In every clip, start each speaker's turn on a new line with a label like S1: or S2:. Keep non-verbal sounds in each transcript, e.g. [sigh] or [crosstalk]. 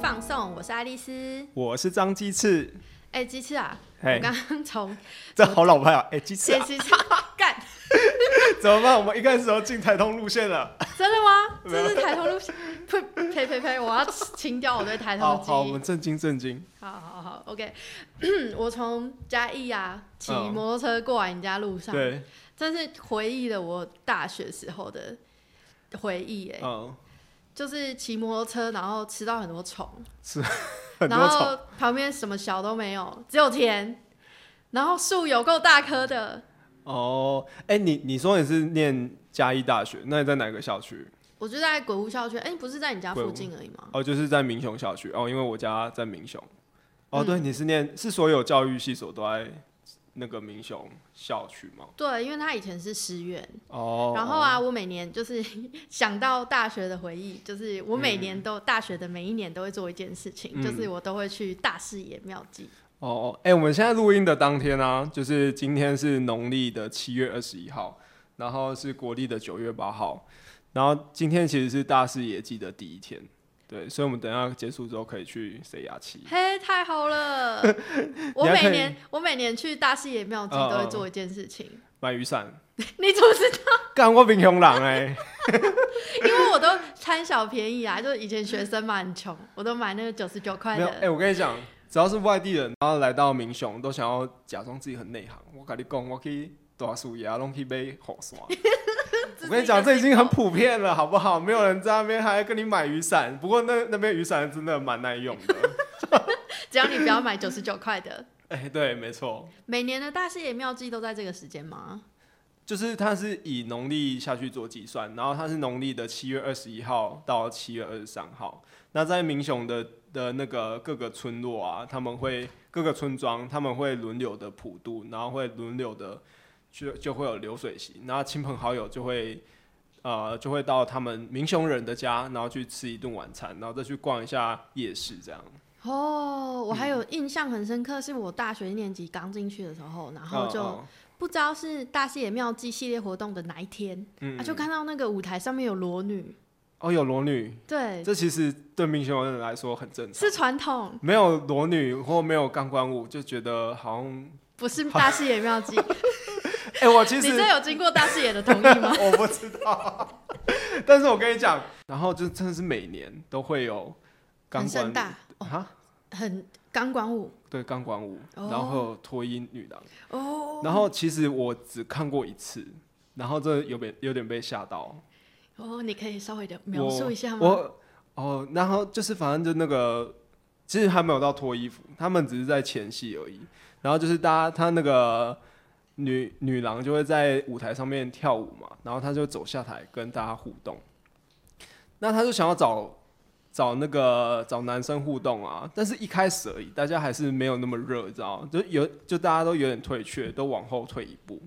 S1: 放送，我是爱丽丝。
S2: 我是张鸡翅，
S1: 哎、鸡翅啊，
S2: 嘿
S1: 我刚刚 [laughs] 从
S2: 这好老派啊！哎、鸡翅、
S1: 谁
S2: 啊，
S1: [laughs] 鸡翅干，
S2: 怎么办？我们一开始都进台通路线了。
S1: 真的吗？
S2: 没有
S1: 这是抬头路线，呸呸呸呸！我要清掉我对抬头
S2: 好
S1: 肌。
S2: 好，我们正经正经。
S1: 好好好，OK。我 [clears throat] 从嘉义啊骑
S2: 嗯
S1: 摩托车过来你家路上，
S2: 对，
S1: 真是回忆了我大学时候的回忆哎、
S2: 嗯，
S1: 就是骑摩托车，然后吃到很多虫，
S2: 很多
S1: 然
S2: 虫，
S1: 后旁边什么小都没有，只有田，然后树有够大棵的。
S2: 哦，哎、你你说你是念嘉义大学，那你在哪个校区？
S1: 我就在鬼屋校区，哎、不是在你家
S2: 鬼
S1: 附
S2: 屋
S1: 近而已吗？
S2: 哦，就是在民雄校区。哦，因为我家在民雄。
S1: 嗯
S2: 哦，对，你是念是所有教育系所都在那个民雄校区吗？
S1: 对，因为他以前是师院，
S2: 哦，
S1: 然后啊，我每年就是 [laughs] 想到大学的回忆，就是我每年都、大学的每一年都会做一件事情，
S2: 嗯
S1: 就是我都会去大视野妙计。
S2: 哦，哎、我们现在录音的当天啊，就是今天是农历的七月二十一号，然后是国历的九月八号，然后今天其实是大视野季的第一天，对，所以我们等一下结束之后可以去塞牙期。
S1: 嘿，太好
S2: [laughs]
S1: 了！我
S2: 你还
S1: 每
S2: 可以
S1: 年我每年去大视野妙计
S2: 哦
S1: 都会
S2: 哦
S1: 做一件事情， [laughs]
S2: 买雨伞，
S1: 你怎么知道？
S2: 干我平穷狼哎，
S1: 因为我都贪小便宜啊，就是以前学生嘛，很穷，我都买那个九十九块
S2: 没有哎、
S1: 的。
S2: 我跟你讲，只要是外地人，然后来到民雄，都想要假装自己很内行。我跟你讲，我去大树牙拢去买雨伞。我跟你讲，这已经很普遍了，好不好？没有人在那边还跟你买雨伞，不过那那边雨伞真的蛮耐用的。
S1: 只要你不要买九十九块的。
S2: 哎、对，没错，
S1: 每年的大视野妙计都在这个时间吗？
S2: 就是它是以农历下去做计算，然后它是农历的七月二十一号到七月二十三号。那在民雄的的那个各个村落啊，他们会各个村庄他们会轮流的普渡，然后会轮流的就就会有流水席，然后亲朋好友就会。呃，就会到他们民雄人的家，然后去吃一顿晚餐，然后再去逛一下夜市，这样。
S1: 哦，
S2: 嗯
S1: 我还有印象很深刻，是我大学一年级刚进去的时候，然后就
S2: 嗯
S1: 不知道是大视野妙计系列活动的哪一天，
S2: 嗯嗯
S1: 啊，就看到那个舞台上面有裸女，
S2: 哦，有裸女，
S1: 对，
S2: 这其实对民雄人来说很正常。
S1: 是传统，
S2: 没有裸女或没有钢管舞，就觉得
S1: [laughs]
S2: 好像……
S1: 不是大视野妙计。
S2: 哎、我 [laughs] 其
S1: 你
S2: 实
S1: 这有经过大视野的同意吗？ [laughs]
S2: [laughs] 我不知道，但是我跟你讲，然后就真的是每年都会有钢
S1: 很
S2: 管
S1: 盛
S2: 舞
S1: 大，哦
S2: 啊，
S1: 很钢管舞
S2: 对钢管舞，
S1: 哦
S2: 然后会有脱衣女郎，
S1: 哦，
S2: 然后其实我只看过一次，然后这有点有点被吓到，
S1: 哦，你可以稍微的描述一下
S2: 我
S1: 吗？
S2: 我哦，然后就是反正就那个，其实还没有到脱衣服，他们只是在前戏而已。然后就是大家他那个女女郎就会在舞台上面跳舞嘛，然后她就走下台跟大家互动。那她就想要找找那个找男生互动啊，但是一开始而已，大家还是没有那么热，你知道吗？就有就大家都有点退却，都往后退一步。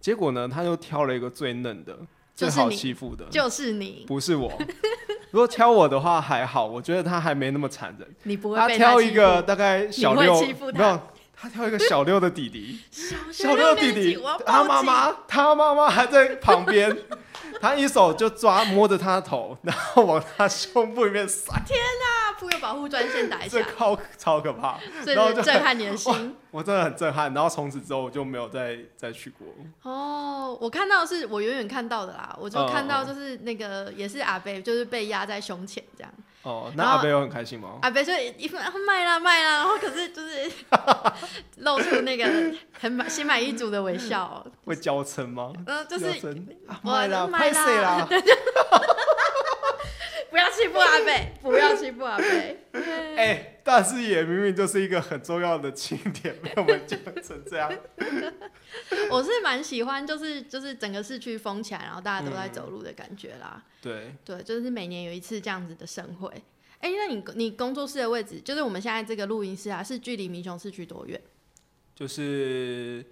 S2: 结果呢，她就挑了一个最嫩的、
S1: 就
S2: 最
S1: 是
S2: 好
S1: 你
S2: 欺负的，
S1: 就是你，
S2: 不是我。 [laughs] 如果挑我的话还好，我觉得他还没那么残忍。
S1: 你不会
S2: 他
S1: 被
S2: 挑
S1: 欺
S2: 一
S1: 负
S2: 个大概小六，
S1: 你会欺负他
S2: 没有，他挑一个小六的
S1: [laughs]
S2: 弟弟，
S1: 小
S2: 小六
S1: 年
S2: 弟
S1: 纪
S2: 弟
S1: 我要，报
S2: 他妈
S1: 警
S2: 妈，他妈妈还在旁边， [laughs] 他一手就抓摸着他的头，然后往他胸部里面塞，
S1: 啊，妇幼保护专线打一
S2: 这 [laughs]
S1: 下，
S2: 超超可怕。
S1: 这
S2: 然后
S1: 是
S2: 就
S1: 震撼你的
S2: 哇
S1: 心。
S2: [laughs] 我真的很震撼。然后从此之后我就没有再再去过。
S1: 哦，我看到的是我远远看到的啦，我就
S2: 哦
S1: 看到就是那个也是阿贝，就是被压在胸前这样，
S2: 哦，那
S1: 然后
S2: 阿贝有很开心吗？
S1: 阿贝就一副啊卖啦卖啦，然后可是就是 [laughs] 露出那个很满心满意足的微
S2: [laughs]
S1: 笑，
S2: 会娇嗔吗？
S1: 嗯、就
S2: 娇
S1: 是
S2: 嗔啊
S1: 我
S2: 卖啦，
S1: 卖
S2: 拍
S1: 啦
S2: 谁啦？
S1: 不要欺负阿贝，不要欺负阿贝，
S2: 哎、大视野明明就是一个很重要的庆典，被我们讲成这样。
S1: 我是蛮喜欢，就是就是整个市区封起来，然后大家都在走路的感觉啦。
S2: [laughs] 对，
S1: 对，就是每年有一次这样子的盛会。哎、那你你工作室的位置，就是我们现在这个录音室啊，是距离民雄市区多远？
S2: 就是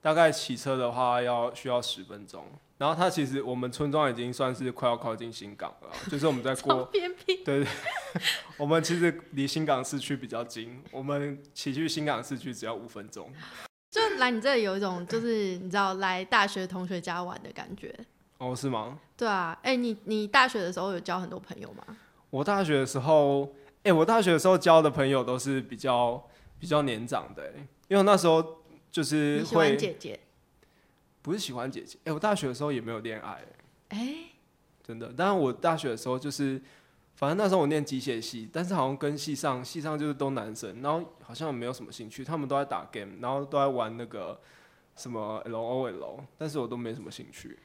S2: 大概骑车的话要需要十分钟。然后它其实我们村庄已经算是快要靠近新港了，就是我们在 [laughs]
S1: 超
S2: 过，
S1: 偏僻， [laughs]
S2: 我们其实离新港市区比较近，我们骑去新港市区只要五分钟。
S1: 就来你这里有一种就是你知道来大学同学家玩的感觉。
S2: 哦，是吗？
S1: 对啊，哎、你你大学的时候有交很多朋友吗？
S2: 我大学的时候，哎、哎、我大学的时候交的朋友都是比较比较年长的、欸，因为我那时候就是
S1: 你喜
S2: 会
S1: 欢姐姐？
S2: 不是喜欢姐姐，哎、我大学的时候也没有恋爱、欸
S1: 哎、
S2: 真的。但是我大学的时候就是，反正那时候我念机械系，但是好像跟系上系上就是都男生，然后好像没有什么兴趣，他们都在打 game，然后都在玩那个什么 LOL，但是我都没什么兴趣。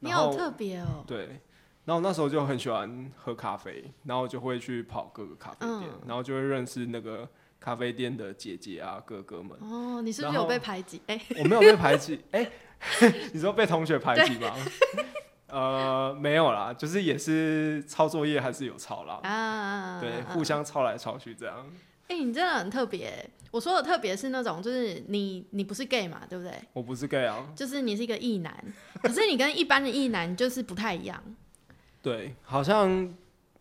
S1: 你
S2: 然后
S1: 好特别哦。
S2: 对，然后那时候就很喜欢喝咖啡，然后就会去跑各个咖啡店，然后就会认识那个咖啡店的姐姐啊、哥哥们。
S1: 哦，你是不
S2: 然
S1: 是
S2: 后
S1: 有被排挤？哎、
S2: 我没有被排挤，哎、 [laughs] 你说被同学排挤吗？呃，没有啦，就是也是抄作业还是有抄啦，
S1: 啊，
S2: 对，
S1: 啊
S2: 互相抄来抄去这样。
S1: 哎、你真的很特别欸。我说的特别是那种，就是你你不是 gay 嘛，对不对？
S2: 我不是 gay 啊，
S1: 就是你是一个异男，可是你跟一般的异男就是不太一样，
S2: 对，好像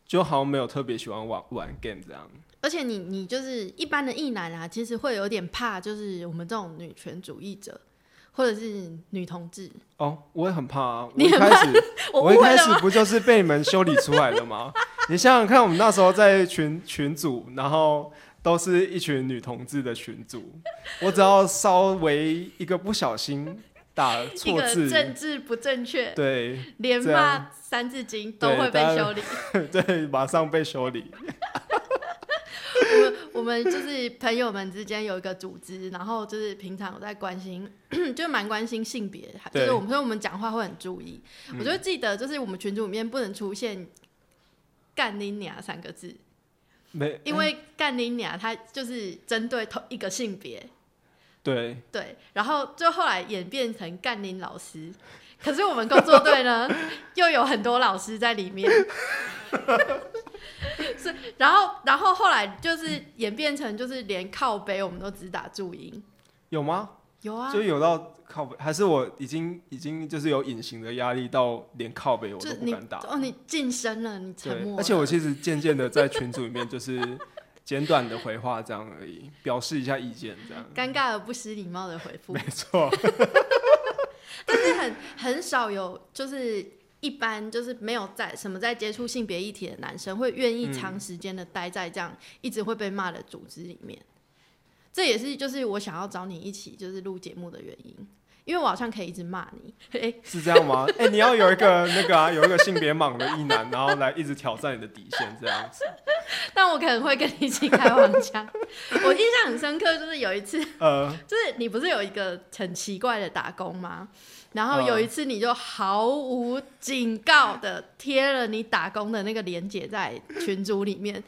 S2: 就好像没有特别喜欢玩玩 game 这样。
S1: 而且你你就是一般的异男啊，其实会有点怕，就是我们这种女权主义者或者是女同志，
S2: 哦，我也很怕啊，我
S1: 你
S2: 一
S1: 很
S2: 开始
S1: [laughs] 我
S2: 我一
S1: 误会
S2: 开
S1: 了
S2: 始
S1: 吗？
S2: 不就是被你们修理出来
S1: [laughs]
S2: 的吗？你想想看，我们那时候在群群组，然后都是一群女同志的群组，我只要稍微一个不小心打
S1: 一
S2: 错
S1: 个
S2: 字，
S1: 政治不正确，
S2: 对 [laughs]
S1: 连
S2: 这样
S1: 骂《三字经》都
S2: 对
S1: 会被
S2: 大家
S1: 修理。
S2: 对，马上被修理。
S1: 我们我们就是朋友们之间有一个组织，然后就是平常有在关心， [clears throat] 就蛮关心性别，就
S2: 对嗯
S1: 是我们所以我们讲话会很注意。我就记得，就是我们群组里面不能出现“干你娘”三个字，
S2: 没，
S1: 因为“干你娘”它就是针对同一个性别，
S2: 对，
S1: 对。然后就后来演变成“干林老师”，可是我们工作队呢 [laughs] 又有很多老师在里面。是，然后，然后后来就是演变成，就是连靠背我们都只打注音，
S2: 有吗？
S1: 有啊，
S2: 就有到靠背，还是我已经已经就是有隐形的压力到连靠背我
S1: 就
S2: 都不
S1: 你
S2: 敢打。
S1: 哦，你晋升了，你沉
S2: 对
S1: 默，了，
S2: 而且我其实渐渐的在群组里面就是简短的回话这样而已，表示一下意见这样。
S1: 尴尬而不失礼貌的回复
S2: 没，错，
S1: 但是很很少有就是一般就是没有在什么在接触性别议题的男生会愿意
S2: 嗯
S1: 长时间的待在这样、一直会被骂的组织里面，这也是就是我想要找你一起就是录节目的原因，因为我好像可以一直骂你， [laughs] 哎、
S2: 是这样吗？哎、你要有一个那个啊，有一个性别盲的异男，然后来一直挑战你的底线这样子。
S1: 但我可能会跟你一起开黄腔。我印象很深刻，就是有一次，
S2: 呃，
S1: 就是你不是有一个很奇怪的打工吗？然后有一次你就毫无警告的贴了你打工的那个链接在群组里面，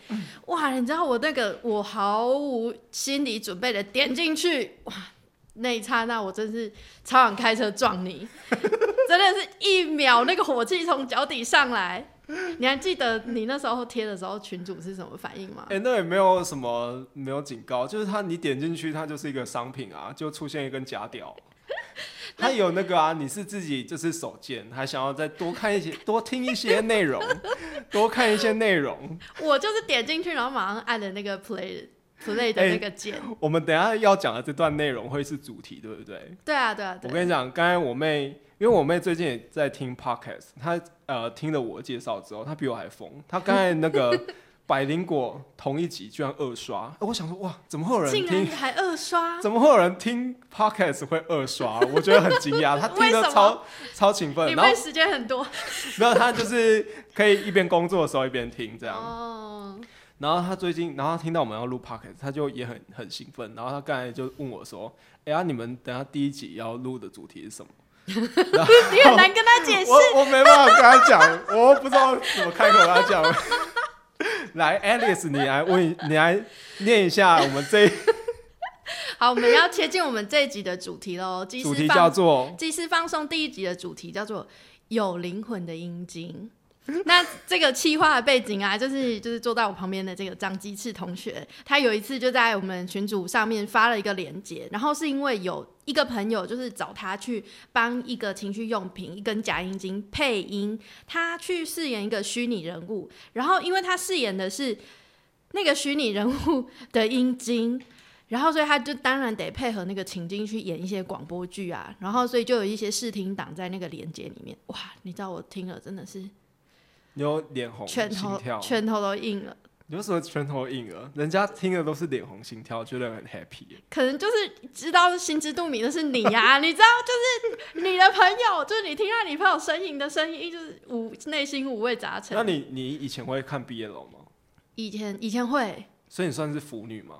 S1: 哇！你知道我那个我毫无心理准备的点进去，哇！那一刹那我真是超想开车撞你， [laughs] 真的是一秒那个火气从脚底上来。你还记得你那时候贴的时候群主是什么反应吗？
S2: 哎、那也没有什么没有警告，就是他你点进去，它就是一个商品啊，就出现一根假 [laughs] 屌。他有那个啊，你是自己就是手贱，还想要再多看 [laughs] 一些、多听一些内容，多看一些内容。
S1: 我就是点进去，然后马上按了那个 play play 的那个键。
S2: 我们等一下要讲的这段内容会是主题，对不对？
S1: 对啊，对啊，
S2: 我
S1: 对。
S2: 跟你讲，刚才我妹，因为我妹最近也在听 podcast，她呃听了我介绍之后，她比我还疯。她刚才那个
S1: [laughs]
S2: 百灵果同一集居然二刷，呃我想说哇，怎么会有人
S1: 竟然
S2: 听？
S1: 还二刷，
S2: 怎么会有人听 podcast 会二刷？我觉得很惊讶，她听
S1: 为什
S2: 得
S1: 么
S2: 超超勤奋，
S1: 你
S2: 然后
S1: 们时间很多
S2: 没有她就是可以一边工作的时候一边听这样。
S1: 哦。
S2: 然后他最近，然后他听到我们要录 podcast，他就也很很兴奋。然后他刚才就问我说：“哎呀，你们等下第一集要录的主题是什么
S1: 你很难跟他？”解释，
S2: [laughs] 我我没办法跟他讲，我不知道怎么开口跟他
S1: [laughs]
S2: 讲。来，Alice，你来问，你来念一下我们这一
S1: 好，我们要切进我们这一集的主题喽。祭
S2: 主
S1: 司
S2: 题叫
S1: 放 [laughs]
S2: 做
S1: 祭司放送第一集的主题叫做“有灵魂的阴茎”。 [laughs] 那这个企划的背景啊，就是就是坐在我旁边的这个张鸡翅同学，他有一次就在我们群组上面发了一个链接，然后是因为有一个朋友就是找他去帮一个情趣用品一根假阴茎配音，他去饰演一个虚拟人物，然后因为他饰演的是那个虚拟人物的阴茎，然后所以他就当然得配合那个情境去演一些广播剧啊，然后所以就有一些试听档在那个连接里面，哇，你知道我听了真的是
S2: 你有脸红、
S1: 拳
S2: 心
S1: 头
S2: 跳，
S1: 拳头都硬了，
S2: 你为什么拳头硬了？人家听的都是脸红心跳，觉得很 happy 耶。
S1: 可能就是知道心知肚明的是你呀、啊你知道，就是你的朋友，就是你听到你朋友 [laughs] 呻吟的声音，就是五内心五味杂陈。
S2: 那你你以前会看 BL 吗？
S1: 以前以前会，
S2: 所以你算是腐女吗？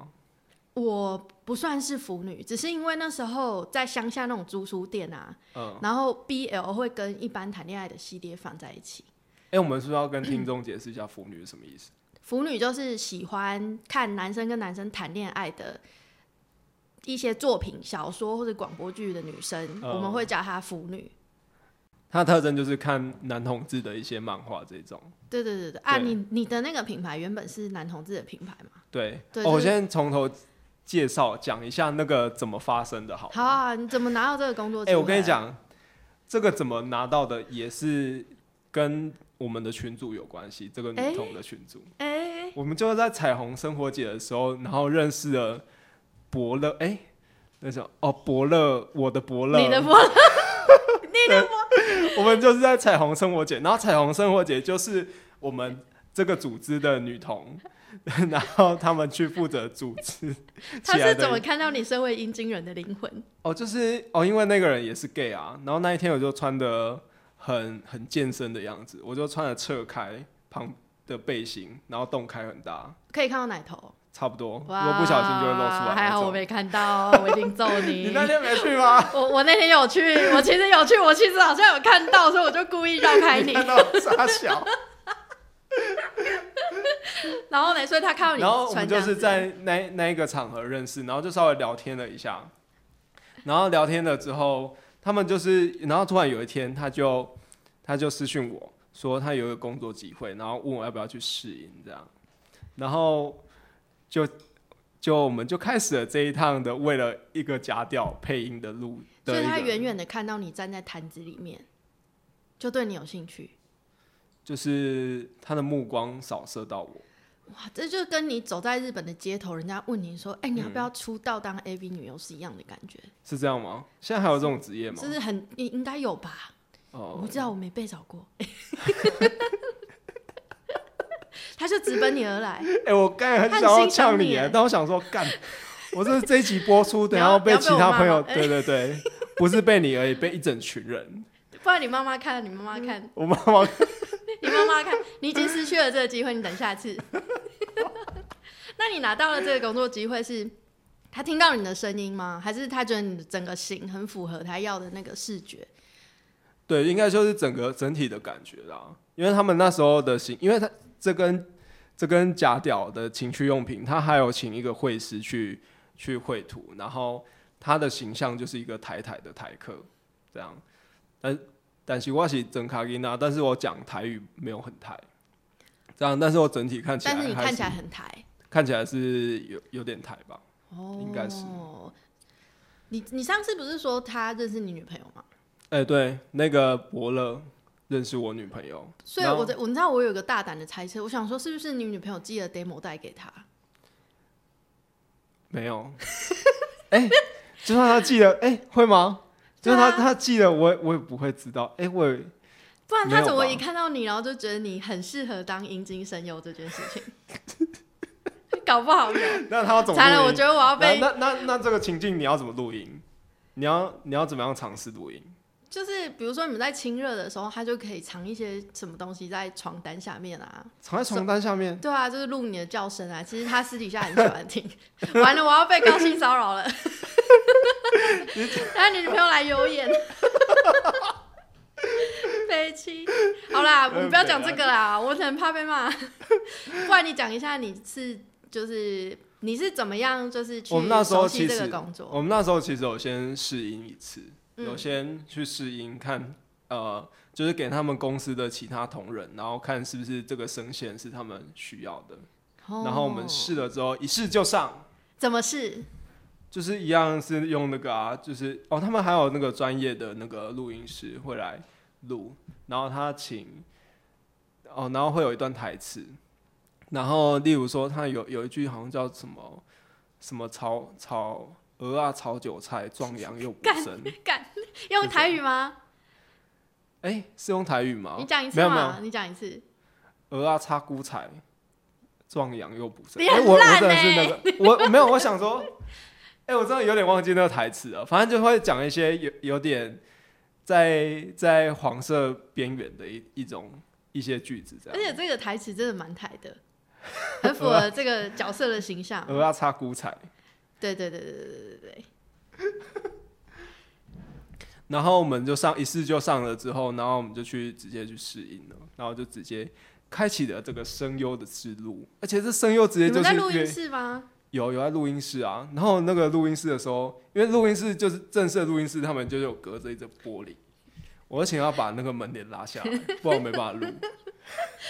S1: 我不算是腐女，只是因为那时候在乡下那种租书店啊，
S2: 嗯，
S1: 然后 BL 会跟一般谈恋爱的系列放在一起。
S2: 哎、我们是不是要跟听众解释一下腐女是什么意思？
S1: 腐女就是喜欢看男生跟男生谈恋爱的一些作品、小说或者广播剧的女生，
S2: 哦
S1: 我们会叫她腐女。
S2: 它的特征就是看男同志的一些漫画这种。
S1: 对对对对，啊，
S2: 对
S1: 你你的那个品牌原本是男同志的品牌嘛？
S2: 对，
S1: 对
S2: 哦、我
S1: 就是
S2: 先从头介绍讲一下那个怎么发生的好了。
S1: 好啊，你怎么拿到这个工作？
S2: 哎、我跟你，讲，这个怎么拿到的也是跟我们的群主有关系，这个
S1: 哎
S2: 女同的群主。
S1: 哎、
S2: 我们就是在彩虹生活节的时候，然后认识了伯乐，哎、那什么哦，伯乐，我的伯乐，
S1: 你的波，
S2: [laughs] 我们就是在彩虹生活节，然后彩虹生活节就是我们这个组织的女童， [laughs] 然后他们去负责组织
S1: 他
S2: 起来
S1: 是怎
S2: 的
S1: 么
S2: 一。
S1: 看到你身为阴茎人的灵魂？
S2: 哦，就是哦，因为那个人也是 gay 啊，然后那一天我就穿的很很健身的样子，我就穿了侧开旁的背心，然后洞开很大，
S1: 可以看到奶头，
S2: 差不多，如
S1: 哇，
S2: 果不小心就会露出来那种。
S1: 还好我没看到，我一定揍你。
S2: [laughs] 你那天没
S1: [laughs]
S2: 去吗？
S1: 我我那天有去，我其实有去，我其实好像有看到，所以我就故意绕开
S2: 你
S1: 你。
S2: 看到我傻小，
S1: 然后呢，所以他看到你
S2: 然后我
S1: 穿
S2: 们
S1: 这
S2: 就
S1: 样子，
S2: 是在那那一个场合认识，然后就稍微聊天了一下，然后聊天了之后，他们就是，然后突然有一天，他就他就私讯我说他有一个工作机会，然后问我要不要去试营这样，然后就就我们就开始了这一趟的为了一个假调配音的路的
S1: 所
S2: 一个，
S1: 以他远远的看到你站在摊子里面，就对你有兴趣。
S2: 就是他的目光扫射到我，
S1: 哇，这就跟你走在日本的街头，人家问你说：“哎、你要不
S2: 嗯
S1: 要出道当 AV 女优？”是一样的感觉，
S2: 是这样吗？现在还有这种职业吗
S1: 就？是很你应该有吧？
S2: 哦
S1: 我不知道，我没被找过。 [laughs] 他就直奔你而
S2: [laughs]
S1: 来，
S2: 哎、我刚才很想
S1: 他很
S2: 要
S1: 欣赏
S2: 呛你
S1: 你
S2: 耶
S1: 耶，
S2: 但我想说，
S1: [laughs]
S2: 干，我这这一集播出，等一下
S1: 你要
S2: 被
S1: 要被
S2: 其
S1: 我
S2: 他
S1: 骂
S2: 朋友，
S1: 吗哎
S2: 对对对，不是被你而已，被一整群人。
S1: 不然你妈妈看，你妈妈看，
S2: 我妈妈，
S1: 你妈妈看，你已经失去了这个机会，你等下次。 [laughs] 那你拿到了这个工作机会是，他听到你的声音吗？还是他觉得你的整个型很符合他要的那个视觉？
S2: 对，应该就是整个整体的感觉啦，因为他们那时候的行，因为他这跟这跟假屌的情趣用品，他还有请一个绘师去去绘图，然后他的形象就是一个台台的台客这样，但但是我是真卡吉娜，但是我讲台语没有很台。这样，但是我整体看起来，
S1: 但是你看起
S2: 来。
S1: 来很台
S2: 看起来是有有点台吧？
S1: 哦，
S2: 应该是。
S1: 你你上次不是说他认识你女朋友吗？
S2: 哎、对，那个伯乐认识我女朋友，
S1: 所以
S2: 然后
S1: 我在我你知道我有个大胆的猜测，我想说是不是你女朋友寄了 demo 带给他？
S2: 没有。 [laughs] 哎、就算他记了，哎、会吗？就
S1: 对啊
S2: 算他、他记了，我也我也不会知道。哎、我
S1: [laughs]
S2: 也
S1: 不然
S2: 没
S1: 他
S2: 有
S1: 怎么
S2: 吧
S1: 一看到你，然后就觉得你很适合当阴茎声优这件事情？ [laughs] 搞不好有。
S2: 那他要怎
S1: [laughs]
S2: 么
S1: 惨了，
S2: 录
S1: 我
S2: 音？
S1: 觉得我要被
S2: 那那那那这个情境你要怎么录音？你要你要怎么样尝试录音？
S1: 就是比如说你们在亲热的时候，他就可以藏一些什么东西在床单下面啊，
S2: 藏在床单下面，
S1: 对啊，就是录你的叫声啊。其实他私底下很喜欢听。 [laughs] 完了，我要被高薪骚扰了。 [laughs] 让你女朋友来有眼， [laughs] 悲戚。好啦，我们不要讲这个啦，我很怕被骂。 [laughs] 不然你讲一下你是就是你是怎么样就是去
S2: 我们那时
S1: 熟
S2: 候
S1: 悉
S2: 其
S1: 这
S2: 实
S1: 个工作，
S2: 我们那时候其实有先试音一次，
S1: 嗯
S2: 有先去试音看，呃，就是给他们公司的其他同仁，然后看是不是这个声线是他们需要的。
S1: 哦
S2: 然后我们
S1: 是
S2: 试了之后，一试就上，
S1: 怎么试？
S2: 就是一样是用那个啊，就是哦，他们还有那个专业的那个录音师会来录，然后他请，哦，然后会有一段台词，然后例如说他有有一句好像叫什么什么炒炒鹅啊炒韭菜壮阳又补身，
S1: [laughs] 用台语吗？
S2: 哎、是用台语吗
S1: 你？讲一次
S2: 没有没
S1: 嘛
S2: 有，
S1: 你讲一次。
S2: 鹅啊插菇菜，壮阳又补肾。
S1: 你
S2: 哎、
S1: 很
S2: 我我
S1: 烂
S2: 真的是
S1: 欸
S2: 那个，我没有，我想说，哎、我真的有点忘记那个台词了。反正就会讲一些有有点在在黄色边缘的一一种一些句子这
S1: 而
S2: 样。
S1: 且这个台词真的蛮台的，很符合这个角色的形
S2: [laughs]
S1: 象。
S2: 鹅啊插菇菜，
S1: 对对对对对对对对，
S2: 然后我们就上一试就上了之后，然后我们就去直接去适应了，然后就直接开启了这个声优的之路，而且这声优直接
S1: 你
S2: 就
S1: 们在
S2: 是
S1: 录
S2: 越
S1: 音室吗？
S2: 有有在录音室啊，然后那个录音室的时候，因为录音室就是正式的录音室，他们就有隔着一层玻璃，我想要把那个门帘拉下来，不然我没办法录，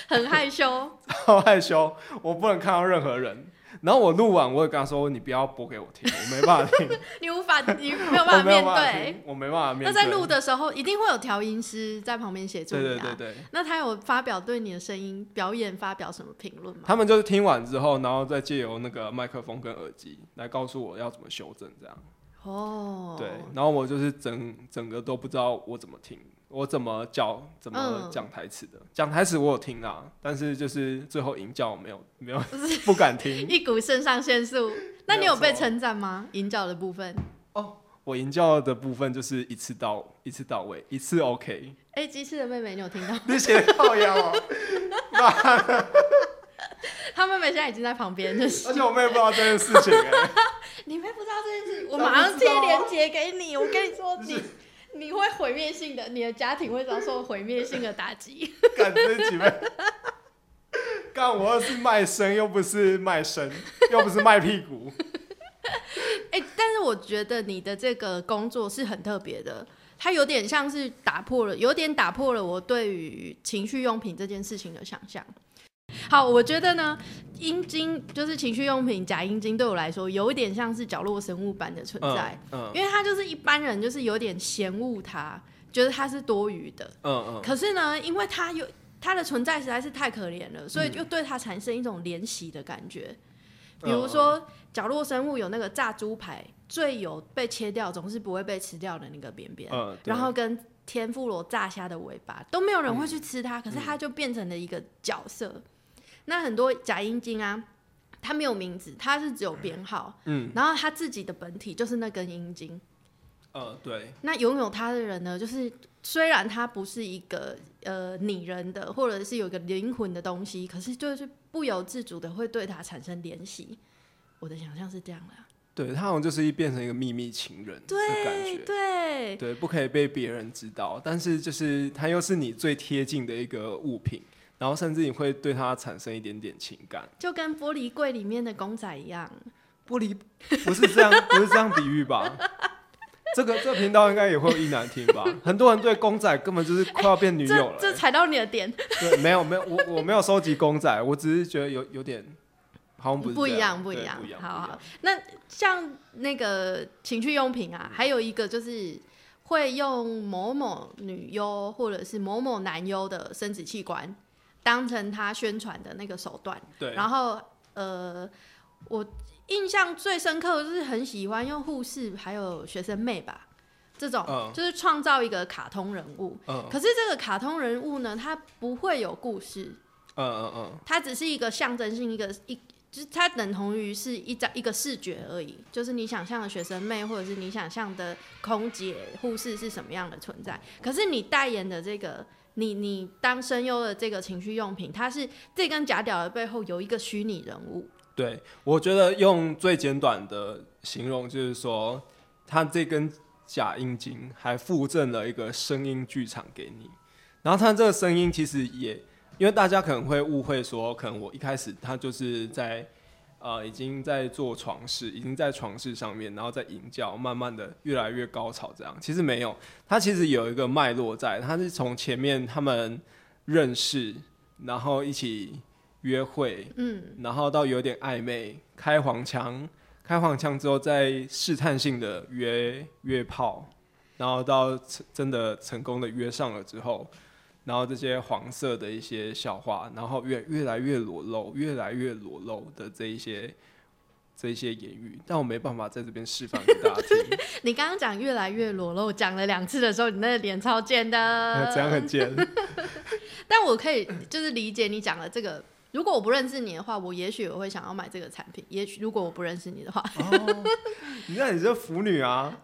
S1: 很害羞，
S2: [laughs] 好害羞，我不能看到任何人。然后我录完，我也跟他说：“你不要播给我听，我没办法听，
S1: 你无法，你没有
S2: 我
S1: 办法
S2: 没有
S1: 面
S2: 办法
S1: 对。
S2: 听，我没办法面
S1: 那
S2: 对。”
S1: 在录的时候，一定会有调音师在旁边协助
S2: 对
S1: 你啊。
S2: 对对对，
S1: 那他有发表对你的声音表演发表什么评论吗？
S2: 他们就是听完之后，然后再借由那个麦克风跟耳机来告诉我要怎么修正，这样。
S1: 哦，
S2: 对，然后我就是整整个都不知道我怎么听，我怎么教，怎么
S1: 嗯
S2: 讲台词的。讲、台词我有听啦，但是就是最后营教我没有没有 [laughs] 不敢听。
S1: 一股肾上腺素。那你有
S2: 没有
S1: 被
S2: 错
S1: 称赞吗？引角的部分，
S2: 哦我营教的部分就是一次到一次到位，一次 OK。
S1: 哎、鸡翅的妹妹，你有听到？
S2: 你写得靠腰啊，
S1: 她妹妹现在已经在旁边，就是
S2: [laughs] 而且我妹不知道这件事情、欸，
S1: [laughs] 你妹不知道这件事，我
S2: 当然
S1: 马上
S2: 知
S1: 贴
S2: 道啊
S1: 链接给你。我跟你 [laughs] 说，你你会毁灭性的，你的家庭会遭受毁灭性的打 [laughs] 击。
S2: 干这几妹，干我又是卖身，又不是卖身，又不是卖屁股。
S1: 哎、但是我觉得你的这个工作是很特别的，它有点像是打破了，有点打破了我对于情趣用品这件事情的想象。好，我觉得呢，阴茎就是情趣用品假阴茎，对我来说有一点像是角落生物般的存 [laughs] 在，
S2: 嗯
S1: 因为它就是一般人就是有点嫌恶它，觉得它是多余的。
S2: 嗯嗯
S1: 可是呢，因为它有它的存在实在是太可怜了，
S2: 嗯
S1: 所以就对它产生一种怜惜的感觉。比如
S2: 嗯
S1: 说，角落生物有那个炸猪排，最有被切掉总是不会被吃掉的那个边边，
S2: 嗯，对
S1: 然后跟天妇罗炸虾的尾巴都没有人会去吃
S2: 嗯
S1: 它，可是它就变成了一个角色。那很多假阴茎啊，它没有名字，它是只有编号，
S2: 嗯
S1: 然后它自己的本体就是那根阴茎。
S2: 嗯对，
S1: 那拥有它的人呢，就是虽然它不是一个呃拟人的，或者是有一个灵魂的东西，可是就是不由自主的会对它产生联系。我的想象是这样的啊、
S2: 对他好像就是一变成一个秘密情人的感
S1: 对
S2: 觉，
S1: 对，
S2: 对，不可以被别人知道，但是就是他又是你最贴近的一个物品，然后甚至你会对他产生一点点情感。
S1: 就跟玻璃柜里面的公仔一样。
S2: 玻璃不是这样，不是这样比喻吧？这个这个频道应该也会有一男听吧？很多人对公仔根本就是快要变女友
S1: 这
S2: 了、
S1: 哎
S2: 欸
S1: 这踩到你的点，
S2: 对，没有没有，我我没有收集公仔，我只是觉得有有点好像不是
S1: 不
S2: 这
S1: 一样，
S2: 不
S1: 一
S2: 不一样，
S1: 好
S2: 不一
S1: 好
S2: 样，
S1: 那像那个情趣用品啊，还有一个就是会用某某女优或者是某某男优的生殖器官当成他宣传的那个手段。
S2: 对，
S1: 然后呃，我印象最深刻的就是很喜欢用护士还有学生妹吧这种，
S2: 嗯
S1: 就是创造一个卡通人物。
S2: 嗯
S1: 可是这个卡通人物呢，它不会有故事，
S2: 嗯嗯嗯，
S1: 它只是一个象征性一个一。就是它等同于是一张一个视觉而已，就是你想象的学生妹，或者是你想象的空姐、护士是什么样的存在。可是你代言的这个，你你当声优的这个情绪用品，它是这根假屌的背后有一个虚拟人物，
S2: 对，我觉得用最简短的形容就是说，他这根假阴茎还附赠了一个声音剧场给你，然后他这个声音其实也，因为大家可能会误会说，可能我一开始他就是在。呃，已经在做床事，已经在床事上面，然后在营教，慢慢的越来越高潮，这样其实没有，它其实有一个脉络在，它是从前面他们认识，然后一起约会，
S1: 嗯，
S2: 然后到有点暧昧，开黄腔，开黄腔之后再试探性的约约炮，然后到成真的成功的约上了之后，然后这些黄色的一些笑话，然后越越来越裸露，越来越裸露的这一些这一些言语，但我没办法在这边示范给大家听， [laughs]
S1: 你刚刚讲越来越裸露，讲了两次的时候，你那个脸超贱的，[laughs]
S2: 呃 [laughs] 这样很贱。
S1: 但我可以就是理解你讲的这个如果我不认识你的话，我也许我会想要买这个产品。也许如果我不认识你的话，
S2: 哦你那你是腐女啊，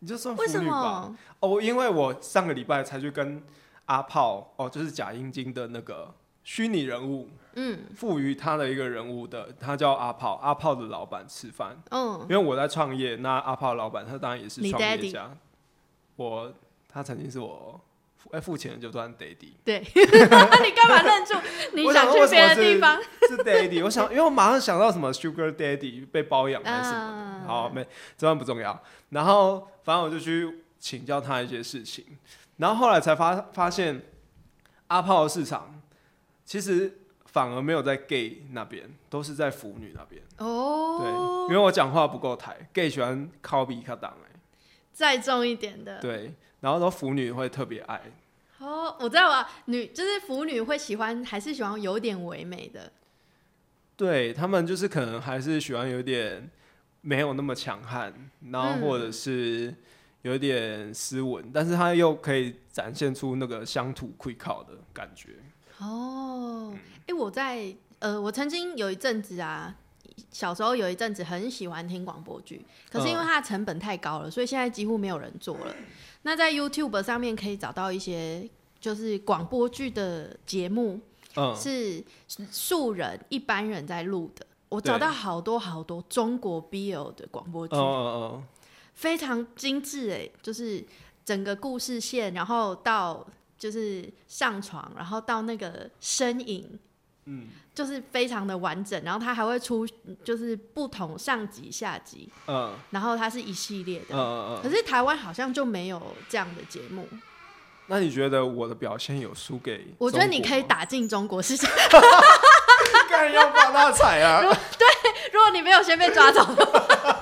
S2: 你就算腐
S1: 为什
S2: 女吧。
S1: 么？
S2: 哦，因为我上个礼拜才去跟阿炮，哦，就是假阴茎的那个虚拟人物，
S1: 嗯
S2: 赋予他的一个人物的，他叫阿炮，阿炮的老板吃饭。
S1: 嗯，
S2: 因为我在创业，那阿炮老板他当然也是
S1: 你
S2: 创业
S1: daddy
S2: 家。我他曾经是我付哎付钱的就算 daddy， [laughs]
S1: 对，你干嘛愣住？你
S2: 我想
S1: 想去
S2: 说为什
S1: 别
S2: 么
S1: 的
S2: 是
S1: 地方？
S2: [laughs] 是 daddy。我想，因为我马上想到什么 sugar daddy 被包养还是什么的。
S1: 啊
S2: 好，没这段不重要。然后反正我就去请教他一些事情，然后后来才发发现阿炮的市场其实反而没有在 gay 那边，都是在腐女那边。对，
S1: 哦，
S2: 因为我讲话不够台，gay 喜欢 copy 卡档哎，
S1: 再重一点的。
S2: 对，然后都腐女会特别爱。
S1: 哦，我知道了，女就是腐女会喜欢，还是喜欢有点唯美的。
S2: 对他们就是可能还是喜欢有点没有那么强悍，然
S1: 嗯
S2: 后或者是有点斯文，但是他又可以展现出那个乡土会靠的感觉。
S1: 哦，
S2: 嗯
S1: 哎、我在呃，我曾经有一阵子啊，小时候有一阵子很喜欢听广播剧，可是因为
S2: 嗯
S1: 它的成本太高了，所以现在几乎没有人做了。那在 YouTube 上面可以找到一些就是广播剧的节目，
S2: 嗯，
S1: 是素人一般人在录的。我找
S2: 对
S1: 到好多好多中国 BL 的广播
S2: 嗯
S1: 剧，
S2: 嗯
S1: 非常精致哎，就是整个故事线，然后到就是上床，然后到那个身影，
S2: 嗯
S1: 就是非常的完整。然后它还会出就是不同上集、下集，
S2: 嗯嗯
S1: 然后它是一系列
S2: 嗯
S1: 的。
S2: 嗯
S1: 可
S2: 嗯。
S1: 是台湾好像就没有这样的节目，
S2: 那你觉得我的表现有输给？
S1: 我觉得你
S2: [laughs]
S1: 可以，打进中国市场。
S2: 当然要发大财啊！
S1: [laughs] 如果你没有先被抓走 [laughs] 的话，